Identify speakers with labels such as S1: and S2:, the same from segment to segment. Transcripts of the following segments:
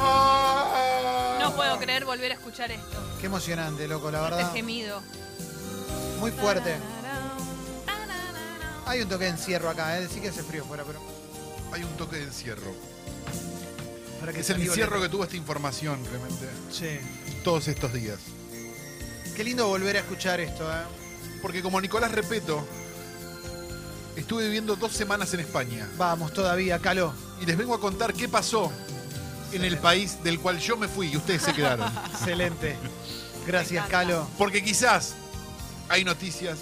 S1: Ah,
S2: puedo creer volver a escuchar esto.
S3: Qué emocionante, loco, la
S2: Este
S3: verdad.
S2: gemido.
S3: Muy fuerte. Hay un toque de encierro acá, ¿eh? sí que hace frío fuera, pero.
S1: Hay un toque de encierro.
S3: Para
S1: Es el encierro que tuvo esta información, realmente,
S3: Sí.
S1: todos estos días.
S3: Qué lindo volver a escuchar esto, ¿eh?
S1: Porque como Nicolás Repeto, estuve viviendo dos semanas en España
S3: Vamos, todavía, caló.
S1: y les vengo a contar qué pasó en el país del cual yo me fui y ustedes se quedaron.
S3: Excelente. Gracias,
S2: Me encanta.
S3: Calo.
S1: Porque quizás hay noticias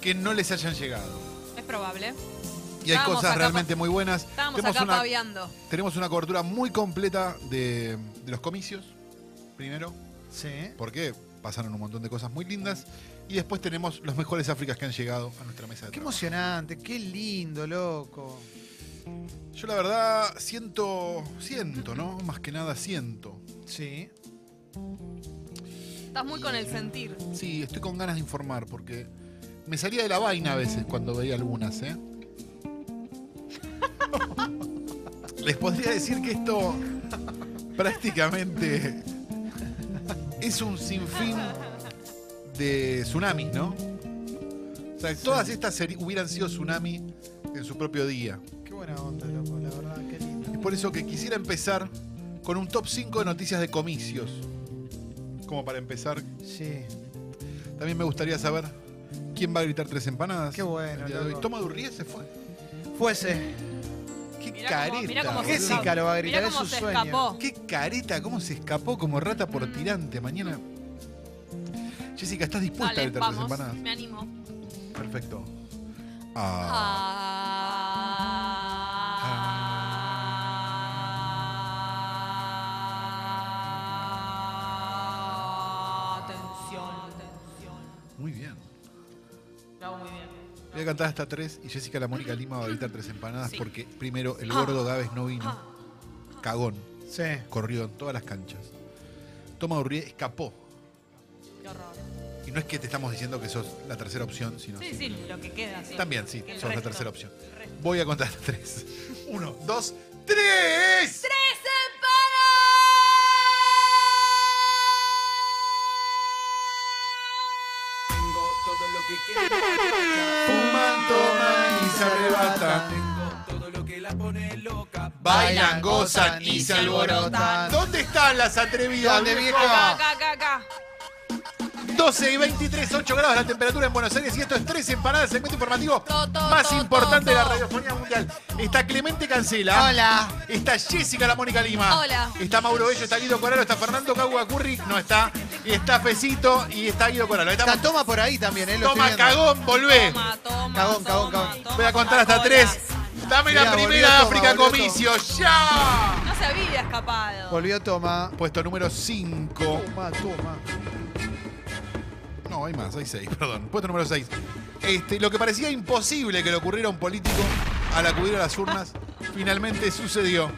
S1: que no les hayan llegado.
S2: Es probable.
S1: Y hay
S2: Estábamos
S1: cosas
S2: acá
S1: realmente muy buenas.
S2: Estábamos
S1: Tenemos
S2: acá
S1: una-
S2: paviando.
S1: Tenemos una cobertura muy completa de, de los comicios, primero,
S3: Sí.
S1: porque pasaron un montón de cosas muy lindas. Y después tenemos los mejores Áfricas que han llegado a nuestra mesa de
S3: Qué
S1: trabajo.
S3: emocionante, qué lindo, loco.
S1: Yo la verdad siento, siento, ¿no? Más que nada siento.
S3: Sí.
S2: Estás muy con el sentir.
S1: Sí, estoy con ganas de informar porque me salía de la vaina a veces cuando veía algunas, ¿eh? Les podría decir que esto prácticamente es un sinfín de tsunamis, ¿no? O sea, todas estas seri- hubieran sido tsunami en su propio día.
S3: Qué buena onda, loco, la verdad, qué lindo.
S1: Es por eso que quisiera empezar con un top 5 de noticias de comicios. Como para empezar
S3: Sí.
S1: También me gustaría saber quién va a gritar tres empanadas.
S3: Qué bueno,
S1: El día de hoy.
S3: loco.
S1: Toma Durría se fue.
S3: Fuese.
S1: Qué
S2: Mirá cómo-
S1: careta.
S2: mirá cómo
S3: ¿Qué
S2: se
S1: boludo.
S2: escapó.
S3: Zika lo va a gritar?
S2: Mirá
S3: Es
S2: cómo
S3: un
S2: se
S3: sueño.
S2: escapó.
S1: Qué careta, cómo se escapó como rata por tirante. Mañana. Jessica, ¿estás dispuesta a
S2: Dale,
S1: gritar tres
S2: vamos.
S1: empanadas?
S2: Me animo.
S1: Perfecto. Ah.
S2: Ah. Atención, atención.
S1: Muy bien.
S2: Lo hago muy bien.
S1: Voy a cantar hasta tres y Jessica la Mónica Lima va a gritar tres empanadas
S2: Sí.
S1: porque primero el gordo Gávez no vino.
S2: Ah,
S1: Cagón.
S3: Sí.
S1: Corrió en todas las canchas. Toma Durría escapó.
S2: qué horror.
S1: Y no es que te estamos diciendo que sos la tercera opción, sino
S2: Sí, sí, lo que queda. sí.
S1: También, sí,
S2: El
S1: sos la
S2: resto.
S1: tercera opción.
S2: El resto.
S1: Voy a contar tres. Uno, dos, tres.
S2: ¡Tres empanadas!
S4: Tengo todo lo que quiero.
S1: Fuman, toman y se arrebatan.
S4: Tengo todo lo que la pone loca.
S1: Bailan, gozan y se alborotan. ¿Dónde están las atrevidas?
S3: ¿Dónde,
S2: Acá,
S3: vieja?
S2: acá, acá, acá.
S1: 12 y 23, 8 grados la temperatura en Buenos Aires y esto es tres empanadas, segmento informativo
S2: To, to,
S1: más
S2: to,
S1: importante
S2: to,
S1: de la
S2: to.
S1: radiofonía mundial. Está Clemente Cancela.
S3: Hola.
S1: Está Jessica La Mónica Lima.
S2: Hola.
S1: Está Mauro Bello, está Guido Coralo, está Fernando Cagua Curry, no está. Y está Fecito y está Guido Coralo. Estamos-
S3: Está toma por ahí también, ¿eh? Lo estoy
S1: Toma,
S3: viendo.
S1: cagón, volvé.
S2: Toma, toma.
S3: Cagón, cagón,
S2: toma,
S3: cagón.
S2: toma,
S1: Voy a contar hasta
S2: Coca-Cola.
S1: tres. Dame la
S3: Mirá,
S1: primera
S3: volvió,
S1: África
S3: toma, volvió,
S1: Comicio. ¡Ya!
S2: No se había escapado.
S3: Volvió toma.
S1: Puesto número 5.
S3: Toma, toma.
S1: No, hay más, hay 6, perdón. Puesto número 6. Este, lo que parecía imposible que le ocurriera a un político al acudir a las urnas, finalmente sucedió.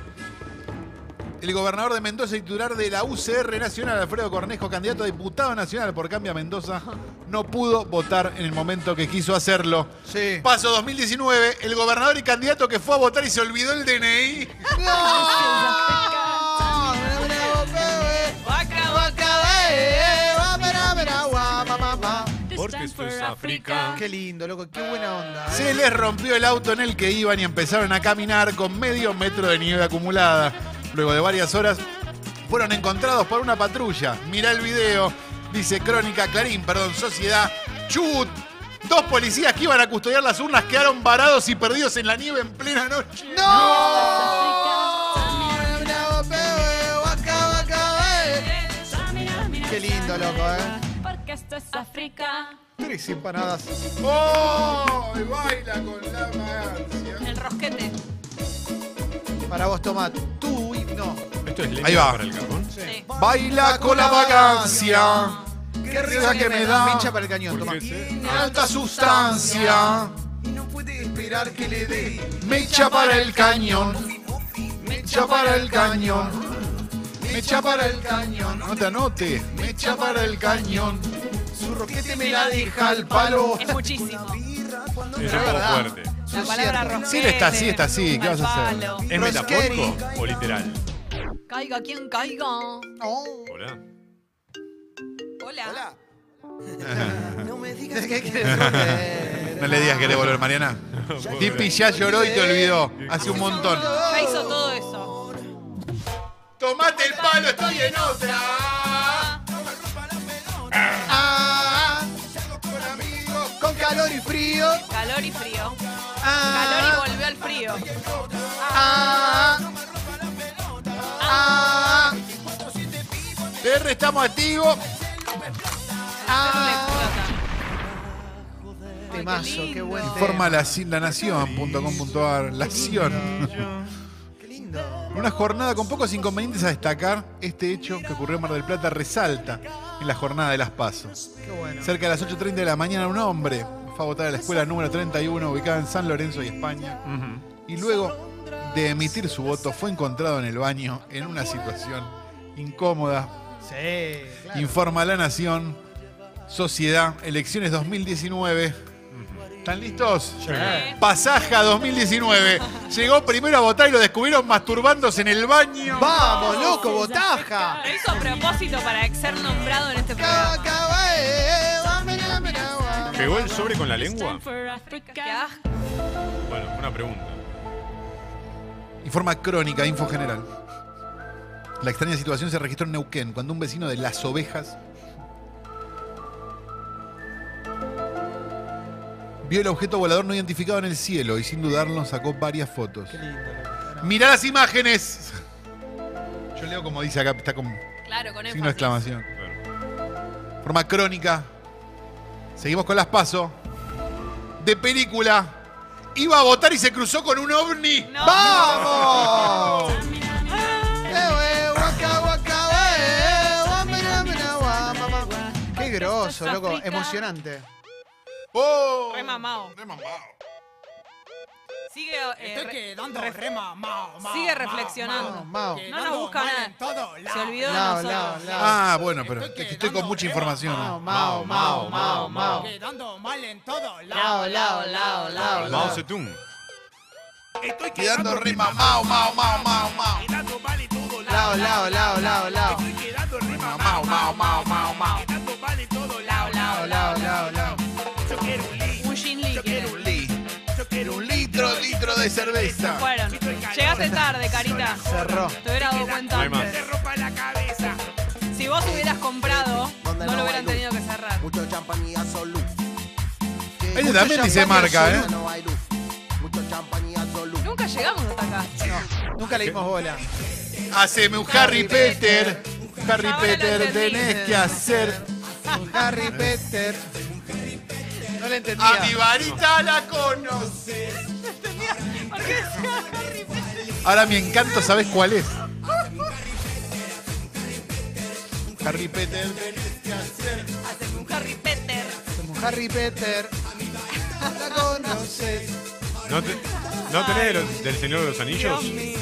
S1: El gobernador de Mendoza y titular de la UCR Nacional, Alfredo Cornejo, candidato a diputado nacional por Cambia Mendoza, no pudo votar en el momento que quiso hacerlo.
S3: Sí.
S1: Paso 2019, el gobernador y candidato que fue a votar y se olvidó el DNI.
S3: ¡No! ¡Bravo, bebé!
S2: Vaca, vaca,
S3: ¡Eh, vámena, vámena, guá, ma, ma, ma!
S5: Porque esto es África.
S3: Qué lindo, loco, qué buena onda. ¿eh?
S1: Se les rompió el auto en el que iban y empezaron a caminar con medio metro de nieve acumulada. Luego de varias horas fueron encontrados por una patrulla. Mirá el video, dice Crónica Clarín, perdón, Sociedad. Chut. Dos policías que iban a custodiar las urnas quedaron varados y perdidos en la nieve en plena noche.
S3: ¡No! ¡Bravo, bebé! ¡Guaca, guaca, bebé! Qué lindo, loco, ¿eh?
S6: Porque esto es África.
S3: Tres empanadas.
S1: ¡Oh! Y Baila con la vagancia.
S2: el rosquete.
S3: Para vos, toma. Tú y no.
S5: Esto es leña
S1: Ahí va.
S5: para el carbón.
S2: Sí.
S1: Baila con la vagancia. Qué risa que me da.
S3: Mincha para el cañón, toma.
S5: Porque se-
S1: alta sustancia.
S4: Y no puede esperar que le dé.
S1: Mecha para el cañón. Mecha para el cañón. Mecha para el cañón. No te anote. Mecha para el cañón.
S4: Su roquete
S1: Me la deja al palo.
S2: Es muchísimo.
S4: Birra cuando
S5: Es
S4: la-
S5: un poco
S3: verdad.
S5: fuerte.
S2: La
S3: Sucio.
S2: palabra rosquete.
S1: Sí, él está así, está así, ¿qué
S2: al
S1: vas a hacer?
S2: palo.
S5: ¿Es
S3: Rosqueri.
S5: metafórico o literal?
S2: Caiga quien caiga.
S3: Oh.
S5: Hola.
S2: Hola.
S3: Hola.
S4: No me digas
S3: ¿Qué
S4: que
S3: querés volver?
S1: No le digas que le volver, Mariana. Dipi ya lloró y te olvidó. Hace un montón.
S2: Ya hizo todo eso.
S1: Tomate el palo, estoy en otra.
S3: Ah, con calor y frío.
S2: Calor y frío.
S3: Ah,
S2: Calor y volvió al frío.
S3: ah, ah,
S1: PR estamos activos.
S2: Ah.
S3: Temazo, qué buen tema.
S1: Forma la, la nación.com.ar. La Sion.
S3: Qué lindo.
S1: En Una jornada con pocos inconvenientes a destacar, este hecho que ocurrió en Mar del Plata resalta en la jornada de las pasos.
S3: Qué bueno.
S1: Cerca de las 8.30 de la mañana, un hombre fue a votar a la escuela número 31, ubicada en San Lorenzo y España, y luego de emitir su voto fue encontrado en el baño en una situación incómoda.
S3: Sí, claro.
S1: Informa La Nación, Sociedad, Elecciones 2019. ¿Están listos?
S2: Sí.
S1: Pasaja 2019. Llegó primero a votar y lo descubrieron masturbándose en el baño.
S3: Vamos, loco, botaja.
S2: Lo hizo a propósito para ser nombrado en este programa.
S3: Qué
S5: ¿Pegó el sobre con la lengua?
S6: for
S2: Qué
S6: Africa.
S2: asco.
S5: Bueno, una pregunta.
S1: Informa Crónica, Info General. La extraña situación se registró en Neuquén cuando un vecino de Las Ovejas vio el objeto volador no identificado en el cielo y sin dudarlo sacó varias fotos.
S3: lindo. loco.
S1: ¡Mirá las imágenes! Yo leo como dice acá, está con
S2: Claro, con
S1: signo de
S2: énfasis.
S1: exclamación. Forma crónica. Seguimos con las pasos. De película. Iba a votar y se cruzó con un ovni.
S2: No.
S3: ¡Vamos! Eh, eh, guaca, guaca, eh, guamina, mina, guamama. Qué groso, loco. Emocionante.
S1: ¡Oh!
S2: Re mamao.
S1: Remamao.
S2: Sigue, eh, re- ref- sigue reflexionando.
S3: Mao, Mao.
S2: No nos busca nada. Se olvidó de
S3: Lao,
S2: nosotros.
S3: lao, lao.
S1: Ah, bueno, pero es que estoy con mucha información.
S3: Mao, Mao, Mao, Mao, Mao.
S7: Quedando mal en todo
S3: Lao, lao, lao, lao,
S5: Mao
S3: lao.
S5: Zedong.
S1: Estoy quedando remamao, mao, mao, mao, mao.
S3: Lao, lao, lao, lao, lao.
S1: Mao, mao, mao, mao, mao.
S3: Lao, lao, lao, lao.
S2: Un gin líquido.
S1: Un litro, litro de cerveza.
S2: Fueron. Llegaste tarde, carita.
S3: Cerró.
S2: Te hubiera dado cuenta
S5: No hay más.
S2: antes. Si vos hubieras comprado,
S7: ¿Dónde
S2: no
S7: no
S2: lo
S7: hay
S2: hubieran
S7: luz?
S2: tenido que cerrar.
S7: Mucho champán y azul.
S1: Ese también dice marca, ¿eh?
S7: No hay luz. Mucho champán y azul.
S2: Nunca llegamos hasta acá.
S3: Nunca le dimos bola.
S1: Haceme un Harry Peter. Un Harry Peter tenés que hacer.
S3: Harry Peter. No le entendía.
S1: A Eh. Ah, mi varita la conoces. Ahora mi encanto, ¿sabes cuál es? Harry Peter.
S2: Haceme un Harry Peter.
S3: Como Harry Peter. La conoces.
S5: ¿No, te- no tenés de los- del Señor de los
S2: Dios
S5: Anillos?
S2: mío.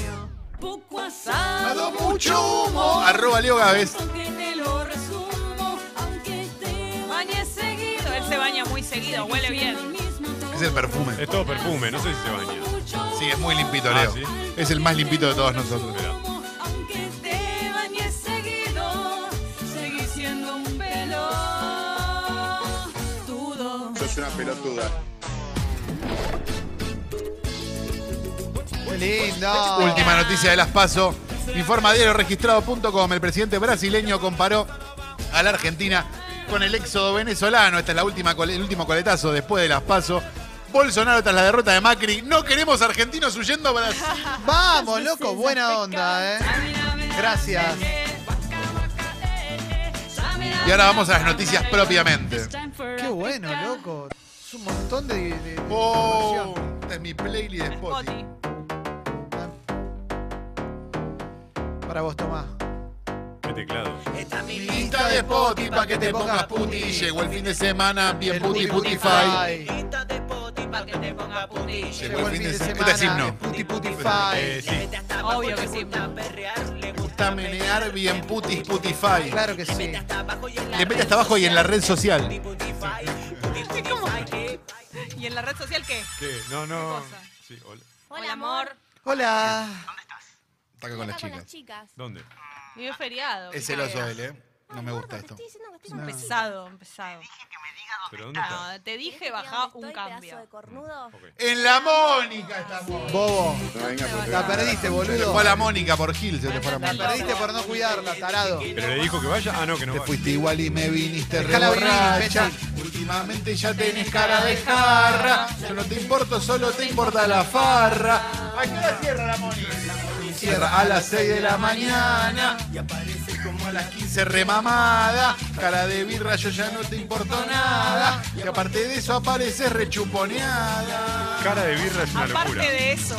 S6: Poco asado,
S1: Dado mucho humo. Arroba Leo Gávez.
S6: que te lo resumo, aunque te bañes seguido.
S2: Él se baña muy seguido, huele bien.
S1: Es el perfume.
S5: Es todo perfume, no sé si se baña.
S1: Sí, es muy limpito,
S5: Ah,
S1: Leo.
S5: ¿sí?
S1: Es el más limpito de todos nosotros.
S6: Aunque te bañes seguido, seguí siendo un velo. Dudo.
S3: Qué lindo.
S1: Última noticia de las PASO. Informa diario registrado.com. El presidente brasileño comparó a la Argentina con el éxodo venezolano. Este es la última, cole- el último coletazo después de las PASO. Bolsonaro tras la derrota de Macri. No queremos argentinos huyendo a Brasil.
S3: Vamos, loco. Buena onda, ¿eh? Gracias.
S1: Y ahora vamos a las noticias propiamente.
S3: Qué bueno, loco. Es un montón de. de- de
S1: Oh,
S3: información.
S1: esta es mi playlist de Spotify.
S2: Spotty.
S3: Para vos, Tomás.
S5: ¿Qué teclado?
S1: Mi lista de Spotify pa' que te pongas puti. Llegó el fin de semana, bien puti putify.
S2: Lista de poti para que te ponga putillo.
S1: Llegó el fin de semana. ¿Qué tal
S3: es
S1: himno?
S3: Puti
S5: Eh,
S3: Putify.
S5: sí.
S2: Obvio que sí.
S1: Gusta menear bien putis putify.
S3: Claro que sí.
S1: Le mete hasta abajo y en la red social.
S2: ¿Y en la red social qué?
S5: ¿Qué? No, no.
S2: cosa?
S5: Sí, hola.
S2: Hola, amor.
S3: Hola.
S1: Taca con las
S8: Acá
S1: chicas.
S8: chicas.
S5: ¿Dónde?
S2: Y es feriado.
S1: Es
S2: ¿qué
S1: celoso
S2: querés?
S1: él, ¿eh? No me gusta esto.
S8: Te estoy diciendo que estoy
S2: Un
S8: un pesado.
S2: pesado, un pesado.
S5: ¿Pero dónde está?
S2: No, te dije
S8: Baja
S2: baja un cambio.
S8: de cornudo.
S5: Ok.
S1: En la Mónica estamos.
S3: Bobo, la
S2: Claro.
S3: perdiste,
S1: Se le
S3: boludo.
S1: fue a la Mónica por Gil, se le fue a la
S3: La
S1: Mónica.
S3: perdiste por no cuidarla, tarado.
S5: ¿Pero le dijo que vaya? Ah, no, que no
S1: Te
S5: va.
S1: fuiste igual y me viniste re
S3: Dejala venir,
S1: borracha.
S3: Pecha.
S1: Últimamente ya tenés cara de jarra. Yo no te importo, solo te importa la farra. ¿A qué hora cierra la Mónica? Cierra a las 6 de la mañana. Y aparece como a las 15 remamada. Cara de birra, yo ya no te importo nada. Y aparte de eso apareces rechuponeada.
S5: Cara de birra es una
S2: Aparte
S5: locura.
S2: de eso,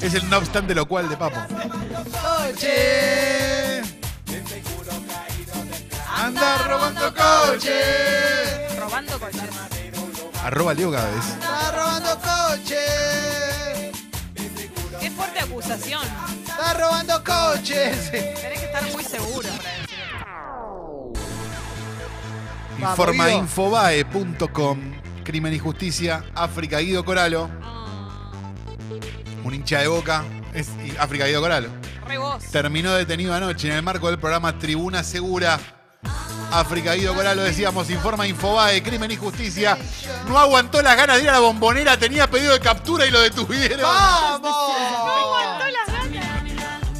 S1: Es el no obstante lo cual de Papo.
S3: eh,
S1: Coche. Anda robando coche.
S2: robando coches.
S1: Arroba Leo Gávez.
S3: Está robando coches.
S2: Qué fuerte acusación.
S3: Está robando coches.
S2: Tenés que estar muy seguro para decirlo.
S3: Vamos,
S1: Informa
S3: Guido.
S1: infobae.com. Crimen y Justicia, África Guido Coralo. Un hincha de boca. Es y- África Guido Coralo.
S2: Re vos.
S1: Terminó detenido anoche en el marco del programa Tribuna Segura. África Guido Coral, lo decíamos, informa Infobae, Crimen y Justicia. No aguantó las ganas de ir a la bombonera, tenía pedido de captura y lo detuvieron.
S3: ¡Vamos!
S2: las ganas.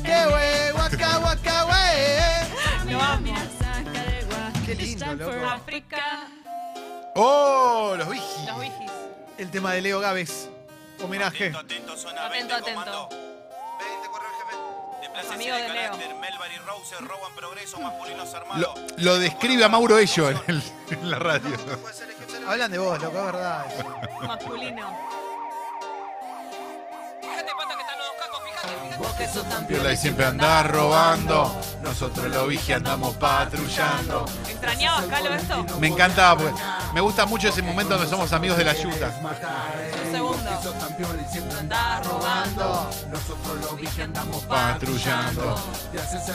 S3: ¡Qué wey! ¡Waka, waka, wey!
S2: Lo amo.
S3: Qué lindo, loco.
S2: África,
S1: ¡Oh! Los vigis.
S2: los vigis.
S3: El tema de Leo Gávez. Homenaje.
S9: Atento, zona 20,
S2: Atento, atento.
S9: comando. 20, correo, jefe. Deplácese
S2: Amigo de Leo.
S9: carácter, Melbar y Rouse roban progreso masculinos
S1: Lo,
S9: armados.
S1: lo describe a Mauro Ello en, el- en la radio.
S3: Hablan de vos, loco, es verdad. eso.
S2: Masculino. Fíjate, pato, que están los dos cacos. Fíjate, fíjate.
S1: Viola y siempre andás robando. Nosotros los vigis andamos patrullando.
S2: ¿Extrañabas, Calo, esto?
S1: Me encantaba, porque me gusta mucho ese momento donde somos amigos de la yuta.
S2: Un segundo. Andás robando.
S7: Nosotros los
S2: vigis andamos
S1: patrullando.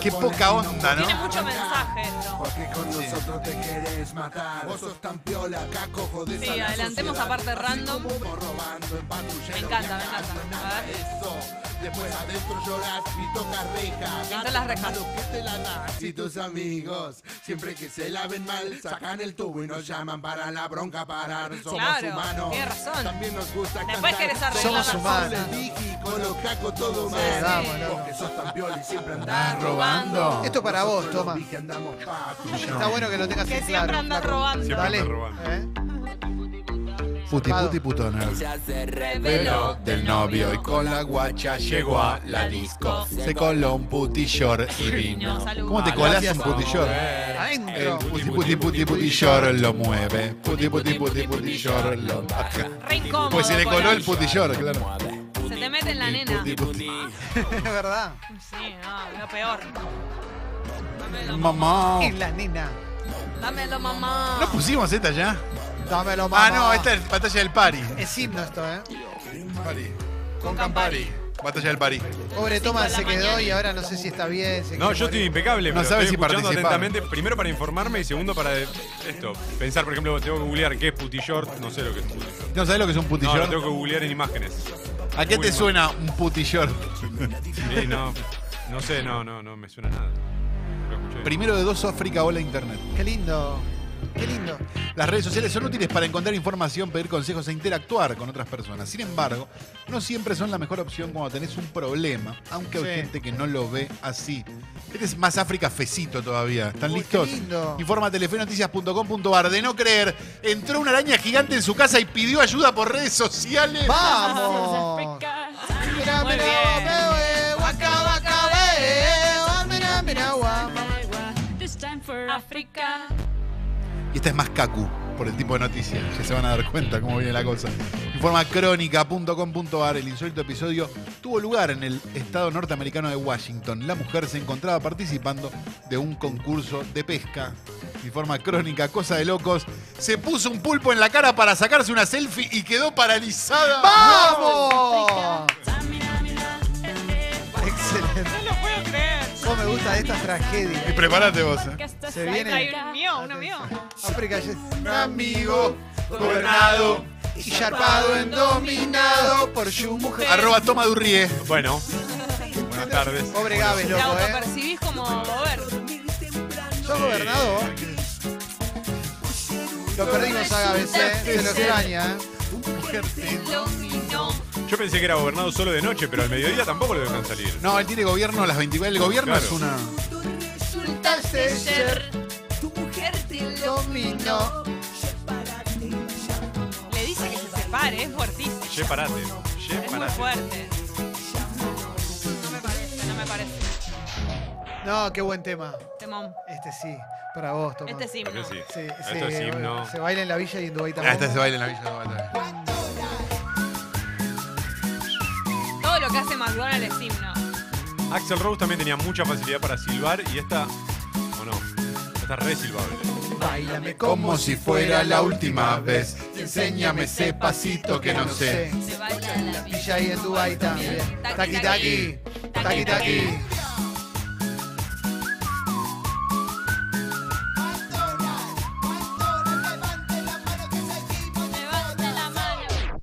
S1: Qué poca onda, ¿no?
S2: Tiene mucho mensaje esto.
S7: Porque con nosotros te querés matar. Vos sos tan piola, caco, jodés
S2: Sí,
S7: a la
S2: adelantemos
S7: sociedad.
S2: aparte random.
S7: Como robando en patrullero
S2: Me encanta,
S7: y
S2: me
S7: acaso
S2: encanta.
S7: nada
S2: A ver.
S7: de Eso. Después adentro llorás y tocas rejas.
S2: Pinta las rejas.
S7: Lo que te la das y tus amigos. Siempre que se la ven mal, sacan el tubo y nos llaman para la bronca parar. Somos
S2: Claro,
S7: humanos.
S2: tiene razón.
S7: También nos gusta
S2: Después
S7: cantar.
S2: querés arreglar
S3: Somos
S2: las
S3: humanos.
S2: cosas.
S7: Somos el Digi, con los cacos todo mal.
S3: vamos, loco.
S7: Vos que sos tan piola y siempre andás
S1: Andás robando.
S3: Esto es para vos, toma.
S7: que andamos patrullando.
S3: Está bueno que lo tengas
S2: Que
S3: en
S2: siempre
S3: claro.
S2: andan
S3: flaco.
S2: robando.
S5: Siempre
S3: Dale.
S5: andan robando.
S3: ¿Eh?
S1: Puti, puti, putona. Velo del novio y con la guacha llegó a la disco. Se coló un puti short y vino. ¿Cómo te colás un puti short? El
S3: Adentro.
S1: Eh, puti puti puti puti short lo mueve. Puti puti puti puti short lo baja.
S2: Re incómodo.
S1: Pues se le coló el
S2: Colón.
S1: puti short, claro.
S2: Se te mete en la nena.
S1: Puti, puti.
S3: Es verdad.
S2: Sí, no, lo peor. Dámelo,
S1: Mamá.
S3: Es la nena.
S2: dámelo mamá.
S1: ¿No pues pusimos esta ya?
S3: Dámelo, mamá.
S1: Ah, no, esta es Batalla del Pari.
S3: este Es himno esto, ¿eh?
S1: Pari.
S2: Con
S1: Pari. Batalla del Pari.
S3: Pobre Tomás
S2: de la
S3: se quedó
S2: mañana.
S3: y ahora no sé si está bien. se
S5: No,
S3: quiere
S5: yo estoy
S3: morir.
S5: impecable,
S1: No
S5: pero
S1: sabes
S5: estoy
S1: si
S5: escuchando
S1: participar.
S5: atentamente, primero para informarme y segundo para eh, esto, pensar, por ejemplo, tengo que googlear qué es puti short, no sé lo que es puti short.
S1: ¿No sabes lo que es un puti
S5: No, lo
S1: short?
S5: tengo que googlear en imágenes.
S1: ¿A qué
S5: Muy
S1: te
S5: mal.
S1: suena un puti short?
S5: Sí, no, no sé, no, no, no me suena nada. Lo escuché.
S1: Primero de dos África o la internet.
S3: Qué lindo. Qué lindo.
S1: Las redes sociales son útiles para encontrar información, pedir consejos e interactuar con otras personas. Sin embargo, no siempre son la mejor opción cuando tenés un problema, aunque hay
S3: Sí.
S1: gente que no lo ve así. Este es más África fecito todavía. ¿Están
S3: Uy, qué
S1: listos?
S3: lindo.
S1: Informa telefenoticias.com.ar. De no creer, entró una araña gigante en su casa y pidió ayuda por redes sociales.
S3: ¡Vamos! Mira,
S2: Muy
S3: mira,
S2: bien.
S3: bebé, eh, guaca, guaca, bebé, ah, mira, mira, guau.
S2: África.
S1: Y esta es más cacu por el tipo de noticias. Ya se van a dar cuenta cómo viene la cosa. Informa crónica.com.ar. El insólito episodio tuvo lugar en el estado norteamericano de Washington. La mujer se encontraba participando de un concurso de pesca. Informa crónica, cosa de locos. Se puso un pulpo en la cara para sacarse una selfie y quedó paralizada.
S3: ¡Vamos! Excelente.
S2: No lo puedo creer.
S3: ¿Cómo me gusta de estas
S1: Y
S3: tragedias?
S1: prepárate vos. eh.
S3: Se
S2: Ahí trae
S3: viene.
S2: un mío, uno mío.
S3: África yes.
S1: Amigo, gobernado,
S3: y zarpado en dominado por su mujer.
S1: eh. arroba toma Durrie.
S5: Bueno, Buenas tardes.
S3: Pobre Gávez,
S2: Te
S3: loco, ¿eh?
S2: autopercibís como Gobert.
S3: ¿Sos gobernado vos? Lo perdimos a Gávez, ¿eh? Se lo extraña, ¿eh?
S5: Yo pensé que era gobernado solo de noche, pero al mediodía tampoco lo dejan salir.
S1: No, él tiene gobierno a las 24. El gobierno
S5: Claro.
S1: es una.
S3: Resultaste ser
S6: Tu mujer te lo
S3: dominó.
S2: Le dice que se separe, es fuertísimo.
S5: Che, parate. Che,
S2: Es muy
S5: parate.
S2: fuerte. No me parece, no me parece.
S3: No, qué buen tema.
S2: Temón.
S3: Este sí, para vos, Tomás.
S2: Este sí.
S5: Yo sí.
S3: Sí,
S5: Esto
S3: sí,
S5: es himno.
S3: Se baila en la villa y en Dubái
S1: este Ah,
S3: también.
S1: esta se baila en la villa. de Bogotá.
S2: Todo lo que hace McDonald's es himno.
S5: Axel Rose también tenía mucha facilidad para silbar y esta. ¿O no? Está re silbable.
S3: Báilame
S1: Como si fuera la última vez. Y enséñame ese pasito que no sé.
S2: Se baila en la
S3: Villa y en Dubái también. Taqui, taqui. Taqui, taqui.
S6: levanta la mano.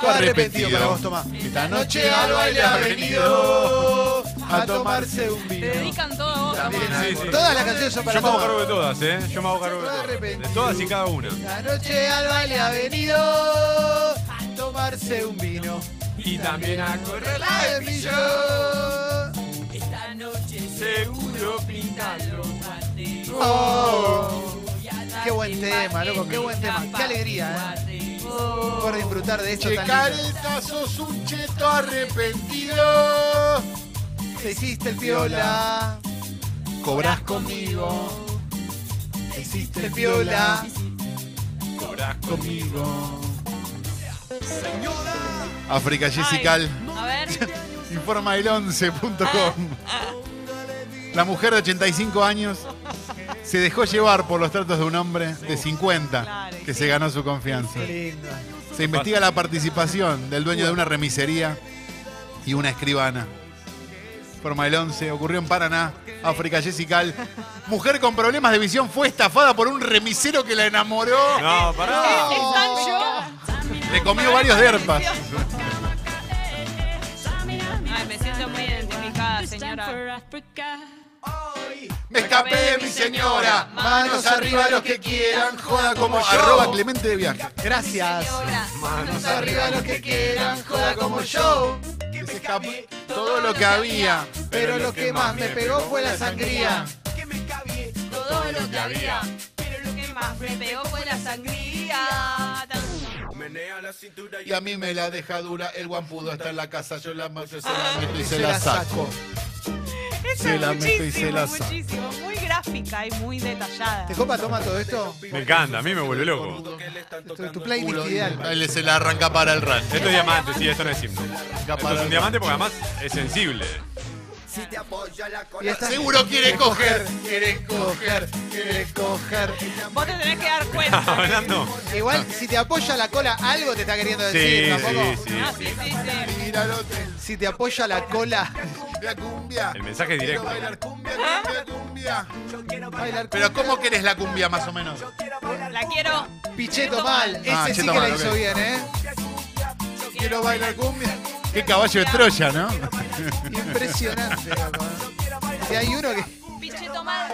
S3: Todo arrepentido para vos, Tomás.
S1: Esta
S3: noche al baile ha venido a tomarse un
S2: Te dedican todo a vos,
S3: También
S2: Tomás.
S5: Sí,
S3: hay-
S5: sí.
S3: Todas las canciones son para
S5: Yo me hago cargo
S3: Tomás.
S5: de todas, ¿eh? Yo me hago cargo de
S3: Todo
S5: todas.
S3: arrepentido.
S5: De todas y cada una.
S3: La noche al baile ha venido a tomarse un vino.
S5: Y también a correr
S3: La millón.
S6: Esta noche
S5: seguro pintalo.
S3: Oh. Qué buen tema, loco, qué buen tema. Qué alegría, ¿eh? Por disfrutar de esto tan lindo.
S1: sos un cheto arrepentido.
S3: Te hiciste el piola,
S1: Cobrás
S3: conmigo. Te hiciste el piola.
S1: conmigo. África Jessical
S2: Ay, A ver,
S1: informa el 11.com. La mujer de 85 años se dejó llevar por los tratos de un hombre de 50
S2: Claro, y
S1: que
S2: sí.
S1: se ganó su confianza.
S3: Qué lindo.
S1: Se investiga la participación del dueño de una remisería y una escribana. Forma el 11, ocurrió en Paraná, África Jessical. Mujer con problemas de visión fue estafada por un remisero que la enamoró.
S5: No, pará.
S2: están yo.
S1: Le comió varios derpas.
S2: Ay, me siento muy identificada,
S6: It's time
S2: señora.
S6: for Africa.
S1: Me escapé, mi señora. Manos arriba los que quieran. Joda como yo. Arroba Clemente de viaje.
S3: Gracias.
S2: Señora.
S3: Manos arriba los que quieran, joda como yo.
S1: Que me escapé todo lo que había.
S3: Pero lo que más me pegó fue la sangría.
S2: Todo lo que había. Pero lo que más me pegó fue la sangría.
S4: Menea la cintura y
S1: Y a mí me la deja dura. El guampudo está en la casa. Yo la mato, se la meto Ah, y se la saco.
S2: Eso
S1: Se
S2: es
S1: la meto y se
S2: muchísimo,
S1: la saco.
S2: muchísimo. Muy gráfica y muy detallada.
S3: ¿Te copa toma todo esto?
S5: Me encanta, a mí me vuelve loco.
S4: que le están
S3: Tu, tu
S4: tocando.
S3: playlist ideal.
S1: Él se la arranca para el rancho.
S5: Esto es diamante, sí, esto no es himno. Esto es un diamante porque además es sensible.
S3: Y esta-
S1: Seguro quiere coger.
S3: quiere coger, quiere coger.
S2: Vos te tenés que dar cuenta.
S5: Hablando.
S3: Igual, si te apoya la cola, algo te está queriendo
S5: Sí,
S3: decir,
S5: sí,
S3: tampoco.
S5: sí,
S2: Ah,
S5: sí.
S2: sí, sí, sí.
S1: Ir al hotel.
S3: Si te apoya la cola,
S1: Cumbia, cumbia.
S5: El mensaje es directo.
S1: Quiero bailar cumbia, cumbia, cumbia.
S3: bailar
S1: Pero ¿cómo querés la cumbia más o menos?
S2: La quiero.
S3: picheto mal. Ese
S1: Ah,
S3: sí
S1: cheto
S3: que la
S1: mal,
S3: hizo
S1: ok.
S3: bien, ¿eh?
S1: Quiero bailar cumbia. Qué caballo de Troya, ¿no?
S3: Impresionante, loco. Si hay uno que.
S2: Picheto mal.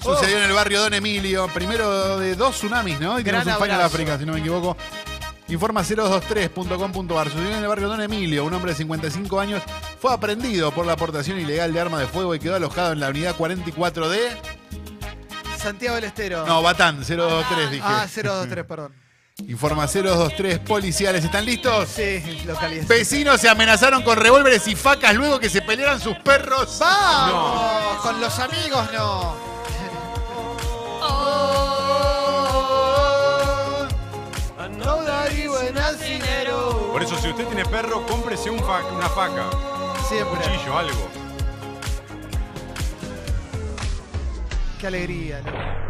S1: Sucedió en el barrio Don Emilio, primero de dos tsunamis, ¿no? Y
S3: Gran
S1: tenemos un Final
S3: abrazo.
S1: África, si no me equivoco. Informa 023.com.ar. Sucedió en el barrio Don Emilio. Un hombre de 55 años fue aprendido por la aportación ilegal de arma de fuego y quedó alojado en la unidad 44 de.
S3: Santiago del Estero.
S1: No, Batán, 023, dije.
S3: Ah, 023, perdón.
S1: Informa 023, policiales. ¿Están listos?
S3: Sí, localidad.
S1: Vecinos se amenazaron con revólveres y facas luego que se pelearan sus perros.
S3: Ah. ¡Vamos! Con los amigos no.
S2: Oh.
S3: No daría buen dinero.
S5: Por eso, si usted tiene perro, cómprese un fa- una faca, un
S3: Siempre.
S5: cuchillo, algo.
S3: Qué alegría, ¿no?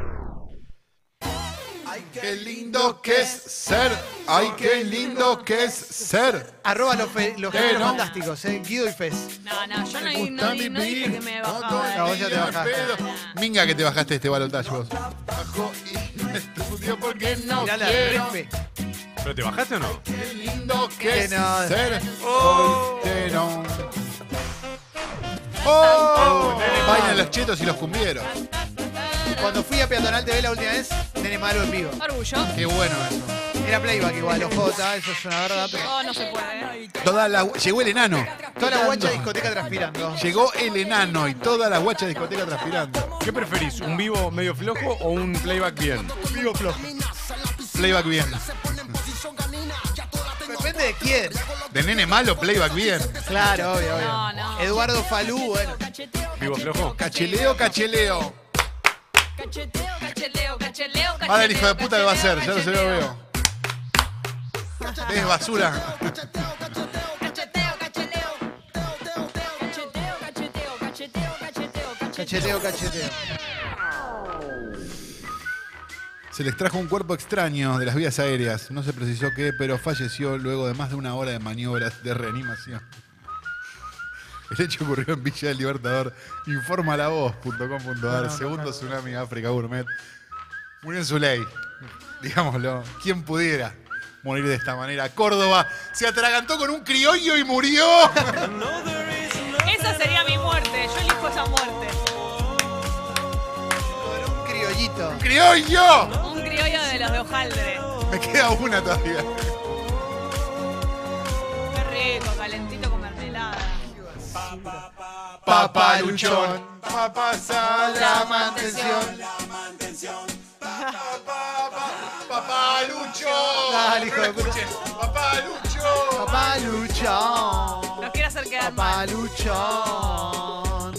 S1: Qué lindo que es ser. Ay, qué lindo que es ser.
S3: Arroba los, fe- los
S1: Eh,
S3: géneros
S1: ¿no?
S3: fantásticos, ¿eh? Guido y Fez.
S2: No, no, yo no, di- no di- no dije que me bajaba.
S3: No, vos ya te bajaste.
S1: Minga que te bajaste este balotaje vos. Bajo y no estudio porque no
S3: Mirá la
S1: quiero.
S3: refe.
S5: ¿Pero te bajaste o no?
S1: Qué lindo
S3: Que no.
S1: ser
S5: Oh.
S1: soltero. Oh. Bailan los chetos y los cumbieros.
S3: Cuando fui a Peatonal TV la última vez, tenés Maru en vivo.
S2: Orgullo.
S1: Qué bueno eso.
S3: Era playback igual, OJ, eso es una verdad. Pero...
S2: No, Oh, no se puede. eh.
S1: Toda la, llegó el enano.
S3: Toda la guacha discoteca transpirando.
S1: Llegó el enano y toda la guacha discoteca transpirando.
S5: ¿Qué preferís? ¿Un vivo medio flojo o un playback bien?
S3: Vivo flojo.
S1: Playback bien.
S3: Depende de quién.
S1: De nene malo, playback bien.
S3: Claro, obvio, obvio.
S2: No, no.
S3: Eduardo Falú, bueno.
S5: ¿Vivo flojo?
S1: Cacheleo, cacheleo.
S2: Cacheteo, cacheteo, cacheteo, cacheteo.
S1: Ahora el hijo de puta que va a ser, ya lo se lo
S2: cacheteo,
S1: veo. Es basura.
S2: Cacheteo, cacheteo. Cacheteo, cacheteo, cacheteo, cacheteo, cacheteo.
S3: Cacheteo, cacheteo.
S1: Se les trajo un cuerpo extraño de las vías aéreas. No se precisó qué, pero falleció luego de más de una hora de maniobras de reanimación. El hecho ocurrió en Villa del Libertador. Informa la voz.com.ar. Segundo tsunami África Gourmet. Murió en su ley. Digámoslo. ¿Quién pudiera morir de esta manera? Córdoba se atragantó con un criollo y murió.
S2: Esa sería mi muerte. Yo elijo esa muerte.
S3: Con un criollito.
S1: ¡Criollo!
S2: Un criollo de los de hojaldre.
S1: Me queda una todavía.
S2: Qué rico, calentito con mermelada.
S1: Papaluchón. Papá
S3: La mantención.
S1: Papaluchón.
S3: Dale, hijo de puta.
S1: Papaluchón.
S3: Papaluchón.
S2: Los quiero hacer quedar mal.
S3: Papaluchón.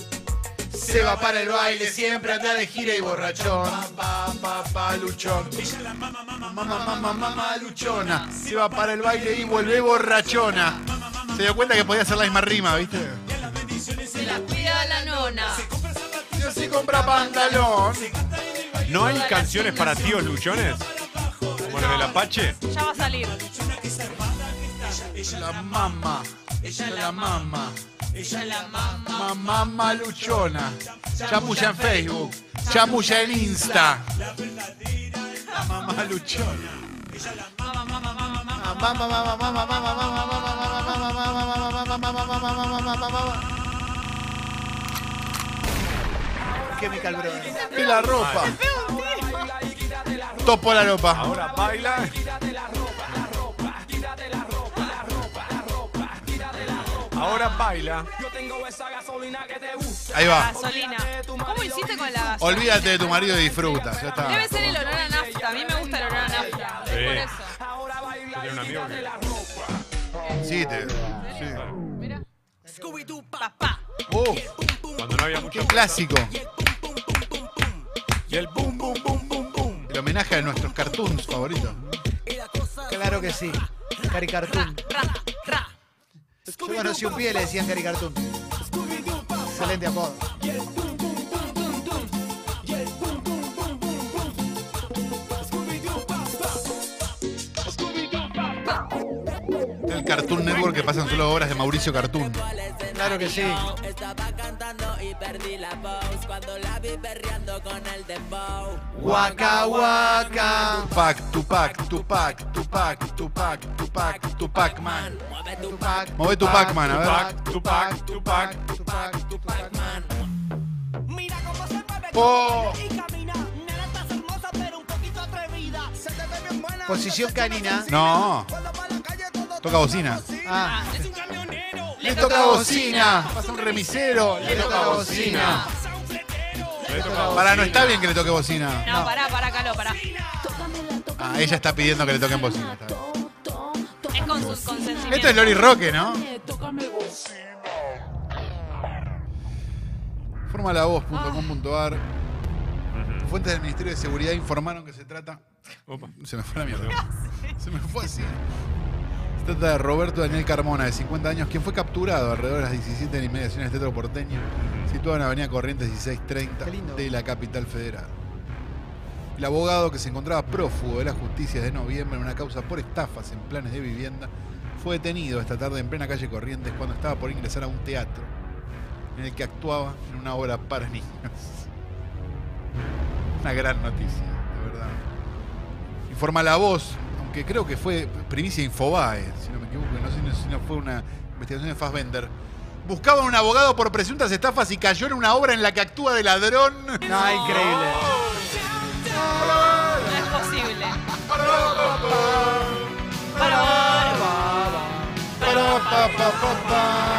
S3: Se va para el baile, siempre anda de gira y borrachón.
S1: Papaluchón. Mamá, mamá, mamá, luchona. Se va para el baile y vuelve borrachona. Se dio cuenta que podía hacer la misma rima, ¿viste?
S2: Se las cuida la nona.
S1: Yo sí compra pantalón.
S5: ¿No hay canciones para tíos luchones? Como los del Apache.
S2: Ya va a salir.
S1: La mamá, ella la mamá.
S2: Ella la mamá.
S1: Mamá maluchona. Chamulla en Facebook. Chamulla en Insta. Mamá luchona.
S2: Mamá, mamá, mamá, mamá.
S3: Mamá, mamá, mamá, mamá, mamá, mamá, mamá, mamá, mamá, mamá, mamá, mamá, mamá, mamá, mamá. Chemical Brothers.
S1: Y la ropa. Topo la ropa.
S5: Ahora baila. Ahora baila.
S1: Ahí va.
S2: Gasolina. ¿Cómo hiciste con la gasolina?
S1: Olvídate de tu marido y disfruta. Ya está.
S2: Debe ser el olor a nafta. A mí me gusta el olor a nafta. Es Por
S5: Sí.
S2: eso.
S5: Yo tenía un amigo que-
S1: Sí, te- sí.
S2: Mira. Scooby-Doo, papá.
S1: Uh,
S5: Cuando no había mucho.
S1: qué clásico.
S5: Y el boom, boom, boom, boom, boom.
S1: El homenaje a nuestros cartoons favoritos.
S3: Claro que sí. Cari Cartoon.
S2: Ra, ra.
S3: Yo conocí un pie y le decían Cari Cartoon. Excelente apodo.
S1: El Cartoon Network que pasan solo horas de Mauricio Cartoon.
S3: Claro que sí. Waka waka.
S1: Tupac, Tupac, Tupac, Tupac, Tupac, Tupac, Tupac, man. Mueve tu Pac-Man, a ver.
S5: Tupac, Tupac,
S3: Tupac, Tupac, man.
S8: Mira cómo se mueve
S1: Oh.
S8: y camina. Nena, estás hermosa, pero un poquito atrevida. Se te ve bien buena.
S3: Posición canina.
S1: No,
S8: Cuando va a la calle todo
S1: toca bocina.
S3: Ah.
S8: es un camionero.
S1: Le toca bocina. Pasa un remisero.
S3: Le toca bocina.
S8: Pasa un fletero.
S5: Le toca-
S1: Para, no está bien que le toque bocina.
S2: No, pará, pará, Calo, pará.
S1: Ah, ella está pidiendo que le toquen bocina. está bien.
S2: Es con sus consentimientos.
S1: Esto es Lori Roque, ¿no? Formalavoz.com.ar Fuentes del Ministerio de Seguridad informaron que se trata.
S5: Opa.
S1: Se me fue la mierda. Se me fue así. Se trata de Roberto Daniel Carmona, de 50 años, quien fue capturado alrededor de las 17 en inmediaciones del Teatro Porteño, situado en Avenida Corrientes
S3: Qué
S1: 1630
S3: lindo.
S1: de la capital federal. El abogado que se encontraba prófugo de la justicia de noviembre en una causa por estafas en planes de vivienda fue detenido esta tarde en plena calle Corrientes cuando estaba por ingresar a un teatro en el que actuaba en una obra para niños. Una gran noticia, de verdad. Informa la voz, aunque que creo que fue primicia Infobae, si no me equivoco, no sé si no- si no fue una investigación de Fassbender. Buscaban un abogado por presuntas estafas y cayó en una obra en la que actúa de ladrón.
S3: No,
S5: Ah,
S3: increíble.
S2: No es posible. Para, para, para.
S1: Pa, pa, pa, pa, pa.